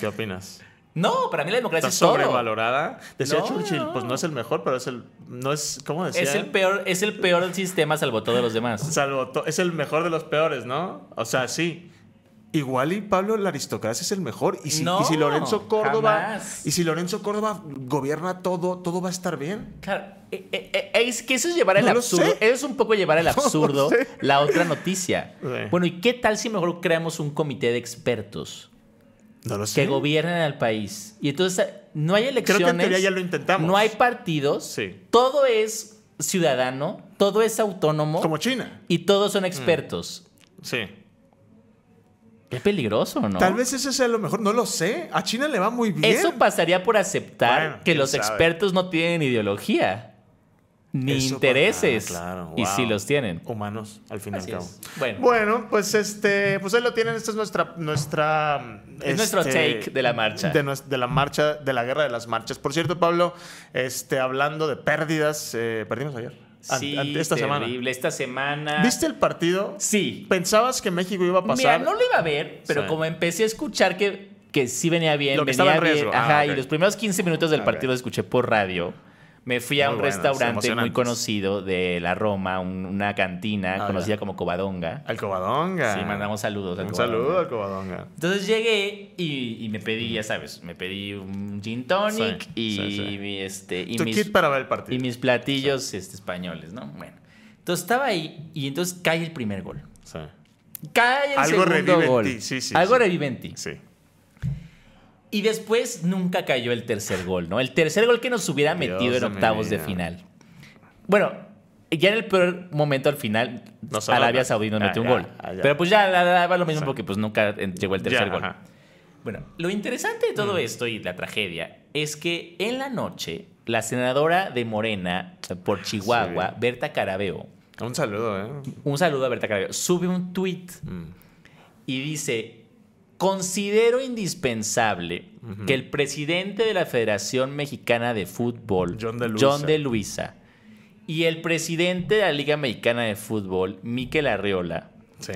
¿Qué opinas? No, para mí la ¿Está democracia Pues es todo. sobrevalorada? Decía No. Churchill, pues no es el mejor, pero es el... No es, ¿Cómo decía? Es el peor, es el peor sistema salvo todos los demás. Salvo to- es el mejor de los peores, ¿no? O sea, sí. Igual y Pablo, la aristocracia es el mejor. Y si, No, y si Lorenzo Córdoba. jamás. Y si Lorenzo Córdoba gobierna todo, todo va a estar bien. Claro, eh, eh, eh, es que eso es llevar el No lo absurdo. Eso sé. es un poco llevar el absurdo sé. la otra noticia. Sí. Bueno, ¿y qué tal si mejor creamos un comité de expertos No lo que sé. gobiernen al país? Y entonces eh, no hay elecciones. teoría ya lo intentamos. No hay partidos. Sí. Todo es ciudadano, todo es autónomo Como Mm. China. y todos son expertos. Sí. Es peligroso, ¿no? Tal vez ese sea lo mejor. No lo sé. A China le va muy bien. Eso pasaría por aceptar Bueno, que quién los sabe. expertos no tienen ideología ni Eso pa- intereses. Ah, claro, Y wow. si los tienen. Humanos, al fin y al Así cabo. es. Bueno. pues este, pues ahí lo tienen. Esta es nuestra, nuestra, este, Es nuestro take de la marcha. de, nues- de la marcha, de la guerra de las marchas. Por cierto, Pablo, este, hablando de pérdidas, eh, perdimos ayer, An- Sí, ante esta terrible. Esta semana. semana. ¿Viste el partido? Sí. ¿Pensabas que México iba a Mira, pasar? no lo iba a ver, pero Sí. como empecé a escuchar que, que sí venía bien, Lo que venía estaba en bien. riesgo. Ajá, Ah, y ok. los primeros 15 minutos del Ok. partido escuché por radio. Me fui a Muy un buenos, restaurante muy emocionantes. conocido de la Roma, un- una cantina Ah, conocida ya. como Covadonga. Al Covadonga. Sí, mandamos saludos al Un Covadonga. saludo al Covadonga. Entonces llegué y, y me pedí, ya sabes, me pedí un gin tonic Sí, y, sí, sí. mi, este, y, Tu mis, kit para ver el partido. y mis platillos este, españoles, ¿no? Bueno, entonces estaba ahí y entonces cae el primer gol. Sí. Cae el Algo segundo revive en gol. ti, sí, sí, Algo sí. revive en ti. Sí. Y después nunca cayó el tercer gol, ¿no? El tercer gol que nos hubiera Dios metido en de mi octavos de vida. final. Bueno, ya en el peor momento al final, Nos Arabia anota. Saudí nos Ah, metió un ya, gol. ah, ya. Pero pues ya daba lo mismo Sí. porque pues nunca eh, llegó el tercer Ya, gol. ajá. Bueno, lo interesante de Mm. todo esto y la tragedia es que en la noche, la senadora de Morena por Chihuahua, Ah, Sí. Berta Carabeo, Un saludo, ¿eh? Mm. un saludo a Berta Carabeo, sube un tweet y dice: Considero indispensable que el presidente de la Federación Mexicana de Fútbol, John de Luisa. John de Luisa, y el presidente de la Liga Mexicana de Fútbol, Miquel Arriola, Sí.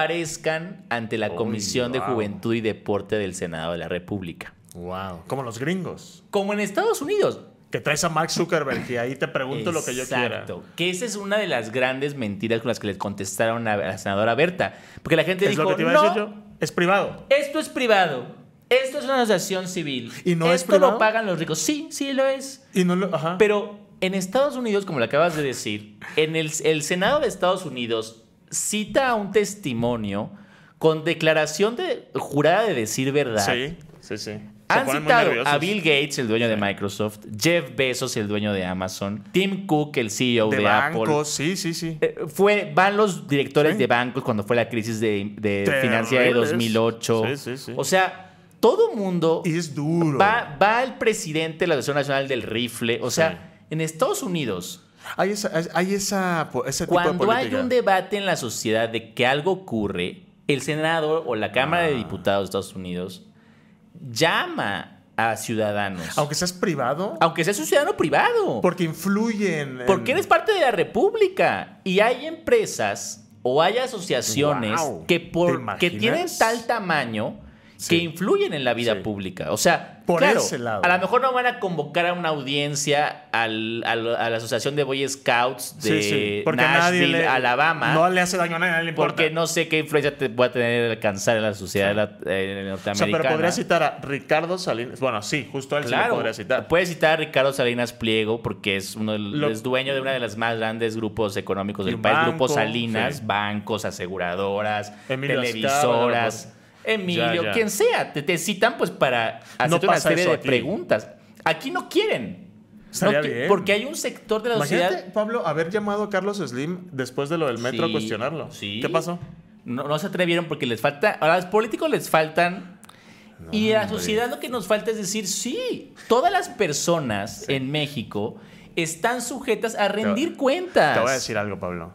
comparezcan ante la Uy, Comisión de wow. Juventud y Deporte del Senado de la República. Wow. Como los gringos. Como en Estados Unidos. Que traes a Mark Zuckerberg y ahí te pregunto lo que yo quiera. Exacto. Que esa es una de las grandes mentiras con las que les contestaron a la senadora Berta. Porque la gente Es dijo, lo que te iba a no, decir yo. Es privado. esto es privado. Esto es una asociación civil. ¿Y no es esto privado? lo pagan los ricos. Sí, sí lo es. Y no lo. Ajá. Pero en Estados Unidos, como lo acabas de decir, en el, el Senado de Estados Unidos cita a un testimonio con declaración de, jurada de decir verdad. sí, sí, sí. Se Han ponen muy citado nerviosos. a Bill Gates, el dueño de Microsoft, Jeff Bezos, el dueño de Amazon, Tim Cook, el CEO de, de Apple. bancos. Sí, sí, sí. Eh, Fue, van los directores Sí. de bancos cuando fue la crisis de, de Terribles. financiera de 2008. Sí, sí, sí. O sea, todo mundo Y es duro. va, va al presidente de la Asociación Nacional del Rifle. O sea, en Estados Unidos, Hay, esa, hay esa, ese Este tipo de cuando hay política. un debate en la sociedad de que algo ocurre, el Senado o la Cámara Ah. de Diputados de Estados Unidos llama a ciudadanos. Aunque seas privado, aunque seas un ciudadano privado. porque influyen. en- porque eres parte de la República. Y hay empresas o hay asociaciones Wow. que, por, ¿Te que tienen imaginas? tal tamaño Sí. que influyen en la vida Sí. pública. O sea, Por claro, ese lado. a lo mejor no van a convocar a una audiencia al- al- a la Asociación de Boy Scouts de Sí, sí, porque nadie Nashville, le- Alabama. No le hace daño a nadie, no le importa. porque no sé qué influencia te va a tener alcanzar en la sociedad lat- eh, O sea, norteamericana. pero podría citar a Ricardo Salinas. Bueno, sí, justo a él sí lo podría citar. Puedes citar a Ricardo Salinas Pliego porque es uno del- Lo- es dueño de uno de los más grandes grupos económicos Y del un país, banco, Grupo Salinas, sí. bancos, aseguradoras, Emilio pues, televisoras, Emilio, Ya, ya. quien sea, te, te citan pues No para hacerte una pasa serie eso de aquí. preguntas. Aquí no quieren. Estaría qui- bien. Porque hay un sector de la Imagínate, sociedad Pablo, haber llamado a Carlos Slim después de lo del metro Sí, a cuestionarlo. sí. ¿Qué pasó? No, no se atrevieron porque les falta. A los políticos les faltan. y a la hombre. sociedad lo que nos falta es decir, sí, todas las personas en México están sujetas a rendir cuentas. Te voy a decir algo, Pablo.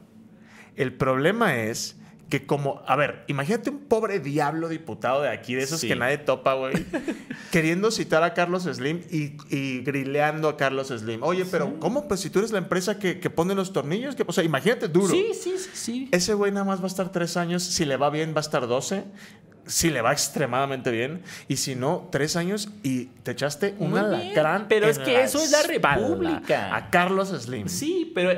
El problema es que como, a ver, imagínate un pobre diablo diputado de aquí, de esos Sí. que nadie topa, güey, queriendo citar a Carlos Slim y, y grileando a Carlos Slim. Oye, pero ¿cómo? Pues si tú eres la empresa que, que pone los tornillos, que, o sea, imagínate duro. Sí, sí, sí, sí. Ese güey nada más va a estar tres años, si le va bien va a estar 12, si le va extremadamente bien, y si no, tres años y te echaste un Muy bien, alacrán. pero en es que eso es la espalda república. A Carlos Slim. Sí, pero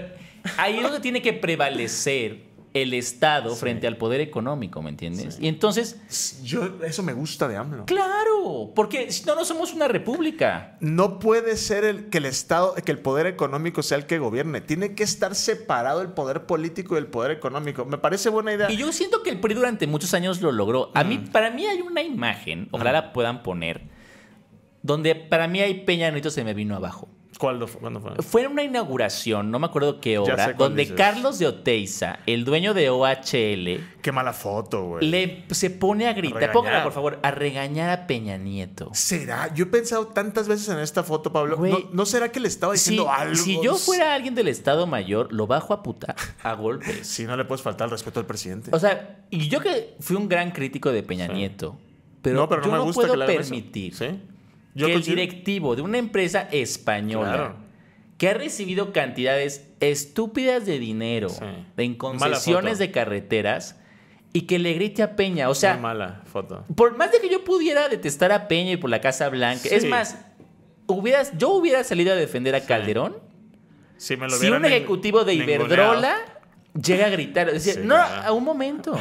ahí es donde tiene que prevalecer el Estado frente al poder económico, ¿me entiendes? Y entonces, Yo, eso me gusta de AMLO. claro, porque si no, no somos una república. No puede ser el, que el Estado, que el poder económico sea el que gobierne. Tiene que estar separado el poder político del poder económico. Me parece buena idea. Y yo siento que el PRI durante muchos años lo logró. A Mm. mí, para mí hay una imagen, ojalá la puedan poner, donde para mí hay Peña Nieto se me vino abajo. ¿Cuándo fue? ¿Cuándo fue? Fue en una inauguración, no me acuerdo qué sé obra, cuál donde dices. Carlos de Oteiza, el dueño de OHL, Qué mala foto, güey. le se pone a gritar, Pues. regañar. póngala por favor, a regañar a Peña Nieto. ¿Será? Yo he pensado tantas veces en esta foto, Pablo. Güey. ¿No, no será que le estaba Si, diciendo algo? si yo fuera alguien del Estado Mayor, lo bajo a puta, a golpes. Si no le puedes faltar el respeto al presidente. O sea, y yo que fui un gran crítico de Peña Nieto, pero, no, pero yo no me no gusta puedo que le hagan eso. permitir ¿Sí? que el coincido. directivo de una empresa española Claro. que ha recibido cantidades estúpidas de dinero Sí. en Mala concesiones foto. de carreteras y que le grite a Peña. O sea, Muy mala foto. por más de que yo pudiera detestar a Peña y por la Casa Blanca, Sí. es más, hubieras, yo hubiera salido a defender a Calderón Si me lo si hubieran un nin- ejecutivo de ninguneado. Iberdrola llega a gritar. Es decir, Sí, no, claro. a un momento.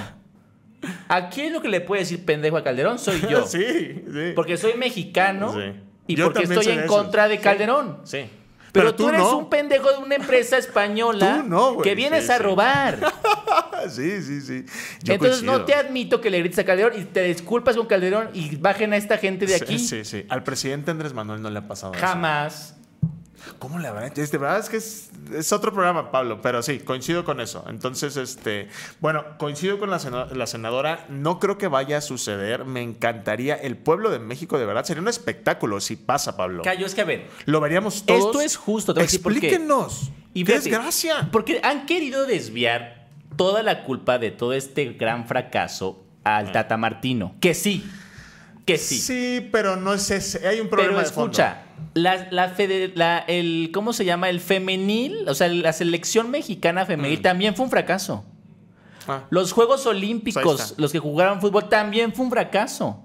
¿A quién lo que le puede decir pendejo a Calderón? Soy yo. sí, sí. Porque soy mexicano Sí. y Yo porque también estoy soy de en esos. contra de Sí. Calderón. Sí. Pero, tú, eres no. un pendejo de una empresa española Tú no, güey. que vienes Sí, a sí. robar. Ah, sí, sí, sí. Yo Entonces no coincido. te admito que le grites a Calderón y te disculpas con Calderón y bajen a esta gente de aquí. Sí, sí, sí. Al presidente Andrés Manuel no le ha pasado eso. Jamás. ¿Cómo le habrán hecho? Es De verdad es que es, es otro programa, Pablo, pero sí, coincido con eso. Entonces, este, bueno, coincido con la, seno- la senadora. No creo que vaya a suceder. Me encantaría. El pueblo de México, de verdad, sería un espectáculo si pasa, Pablo. Cayo, es que a ver, Lo veríamos todos. Esto es justo, te voy a decir por qué. Explíquenos. Y ¡Qué fíjate, desgracia! Porque han querido desviar toda la culpa de todo este gran fracaso Ah. al Tata Martino. Que sí, que sí. Sí, pero no es ese. Hay un problema Pero de fondo. escucha, la, la fede- la- el, ¿cómo se llama? El femenil, o sea, la selección mexicana femenil Mm. también fue un fracaso. Ah, Los Juegos Pues ahí Olímpicos, está. los que jugaron fútbol, también fue un fracaso.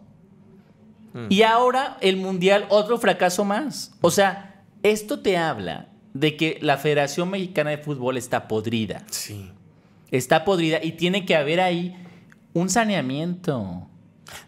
Mm. Y ahora el Mundial, otro fracaso más. O sea, esto te habla de que la Federación Mexicana de Fútbol está podrida. sí. Está podrida y tiene que haber ahí un saneamiento.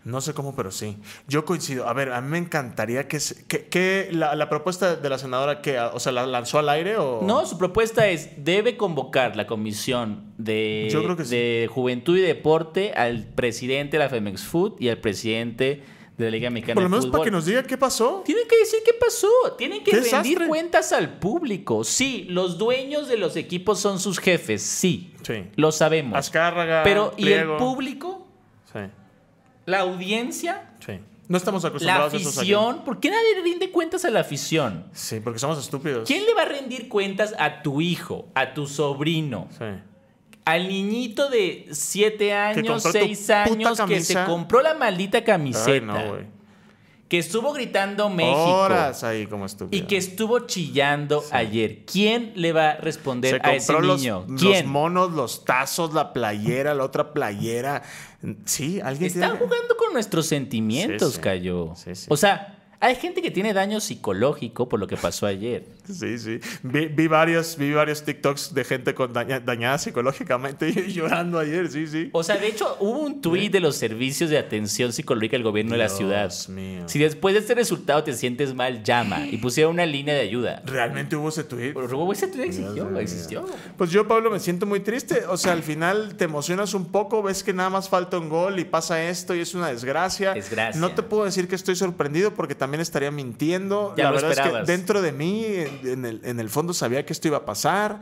No sé cómo, pero sí. Yo coincido. A ver, a mí me encantaría que, se- que, que la, la propuesta de la senadora que, o sea, la lanzó al aire o No, su propuesta es, debe convocar la comisión de, Yo creo que sí. de Juventud y Deporte al presidente de la Femex Food y al presidente de la Liga Mexicana Por lo de menos Fútbol. para que nos diga qué pasó. Tienen que decir qué pasó. Tienen que ¡Qué rendir desastre! cuentas al público. Sí, los dueños de los equipos son sus jefes. Sí, Sí. lo sabemos. Azcárraga, Pero, ¿y el Pliego. público? Sí, ¿La audiencia? sí. No estamos ¿La acostumbrados a esos aquí. afición? ¿Por qué nadie rinde cuentas a la afición? Sí, porque somos estúpidos. ¿Quién le va a rendir cuentas a tu hijo, a tu sobrino, Sí. al niñito de 7 años, compró tu 6 puta años, que se camisa? compró la maldita camiseta, Ay, no, güey. que estuvo gritando México? Horas ahí como estúpido. Y que estuvo chillando ayer. ¿Quién le va a se responder compró a ese los, niño? los ¿Quién? monos, los tazos, la playera, la otra playera. Sí, alguien Está tiene que- jugando con nuestros sentimientos, Sí, sí. Cayo. Sí, sí. O sea, hay gente que tiene daño psicológico por lo que pasó ayer. Sí, sí. Vi, vi varios, vi varios TikToks de gente con daña- dañada psicológicamente y llorando ayer, sí, sí. O sea, de hecho, hubo un tuit de los servicios de atención psicológica del gobierno de la Dios ciudad. mío. Si después de este resultado te sientes mal, llama. Y pusieron una línea de ayuda. ¿Realmente hubo ese tweet? Pero luego ese tuit existió, mío. existió. Pues yo, Pablo, me siento muy triste. O sea, al final te emocionas un poco, ves que nada más falta un gol y pasa esto y es una desgracia. Desgracia. No te puedo decir que estoy sorprendido porque también estaría mintiendo. Ya La lo verdad es esperabas. que dentro de mí, en, en el, en el fondo, sabía que esto iba a pasar.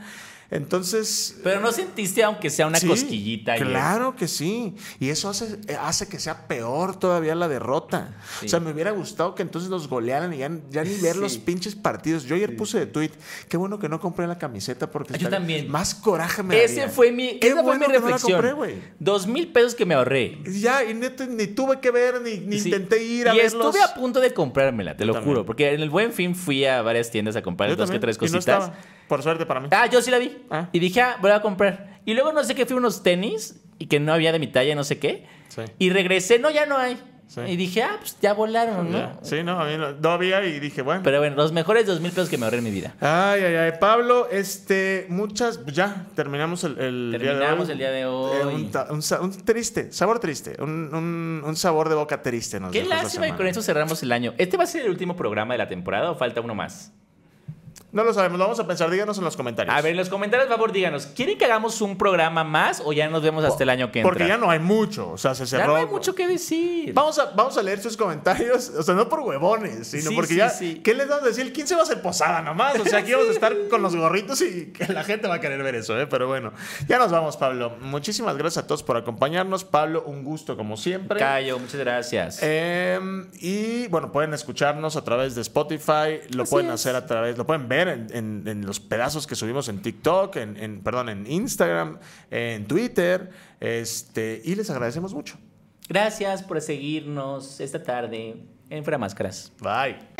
Entonces, Pero no sentiste, aunque sea una Sí, cosquillita. ayer. Claro que sí. Y eso hace, hace que sea peor todavía la derrota. Sí. O sea, me hubiera gustado que entonces nos golearan y ya, ya ni ver los Sí. pinches partidos. Yo ayer puse de tweet, qué bueno que no compré la camiseta porque Ah, yo estaría- también. más coraje me Ese daría. fue mi, Qué esa bueno fue mi que no la reflexión. compré, güey. Dos mil pesos que me ahorré. Ya, y neta, ni, tuve que ver, ni, ni Sí. intenté ir a Y verlos. estuve a punto de comprármela, te lo también. juro. Porque en el buen fin fui a varias tiendas a comprar Yo dos que también, tres y no cositas. estaba, por suerte para mí. ah, yo sí la vi. Ah. Y dije, ah, voy a comprar. Y luego no sé qué, fui a unos tenis y que no había de mi talla, no sé qué. Sí. Y regresé, no, ya no hay. Sí. Y dije, ah, pues ya volaron, ¿no? Ya. Sí, no, a mí no, no había y dije, bueno. Pero bueno, los mejores dos mil pesos que me ahorré en mi vida. Ay, ay, ay. Pablo, este, muchas. Ya, terminamos el, el Terminamos el día de hoy. Eh, un, ta- un sa- un triste, sabor triste. Un, un- un sabor de boca triste nos Qué dejó esta lástima que semana. con eso cerramos el año. ¿Este va a ser el último programa de la temporada o falta uno más? No lo sabemos, lo vamos a pensar. Díganos en los comentarios. A ver, en los comentarios, por favor, díganos, ¿quieren que hagamos un programa más o ya nos vemos hasta el año que entra? Porque ya no hay mucho. O sea, se Ya cerró. no hay mucho que decir. Vamos a, vamos a leer sus comentarios, o sea, no por huevones, sino Sí, porque sí, ya. sí. ¿Qué les vamos a decir? El 15 va a ser posada nomás. O sea, aquí vamos a estar con los gorritos y que la gente va a querer ver eso, ¿eh? Pero bueno, ya nos vamos, Pablo. Muchísimas gracias a todos por acompañarnos. Pablo, un gusto como siempre. Cayo, muchas gracias. Em, y bueno, pueden escucharnos a través de Spotify, lo Así pueden es. hacer a través, lo pueden ver en, en- en los pedazos que subimos en TikTok, en, en- perdón, en Instagram, en Twitter, este, y les agradecemos mucho. Gracias por seguirnos esta tarde en Fuera Máscaras. Bye.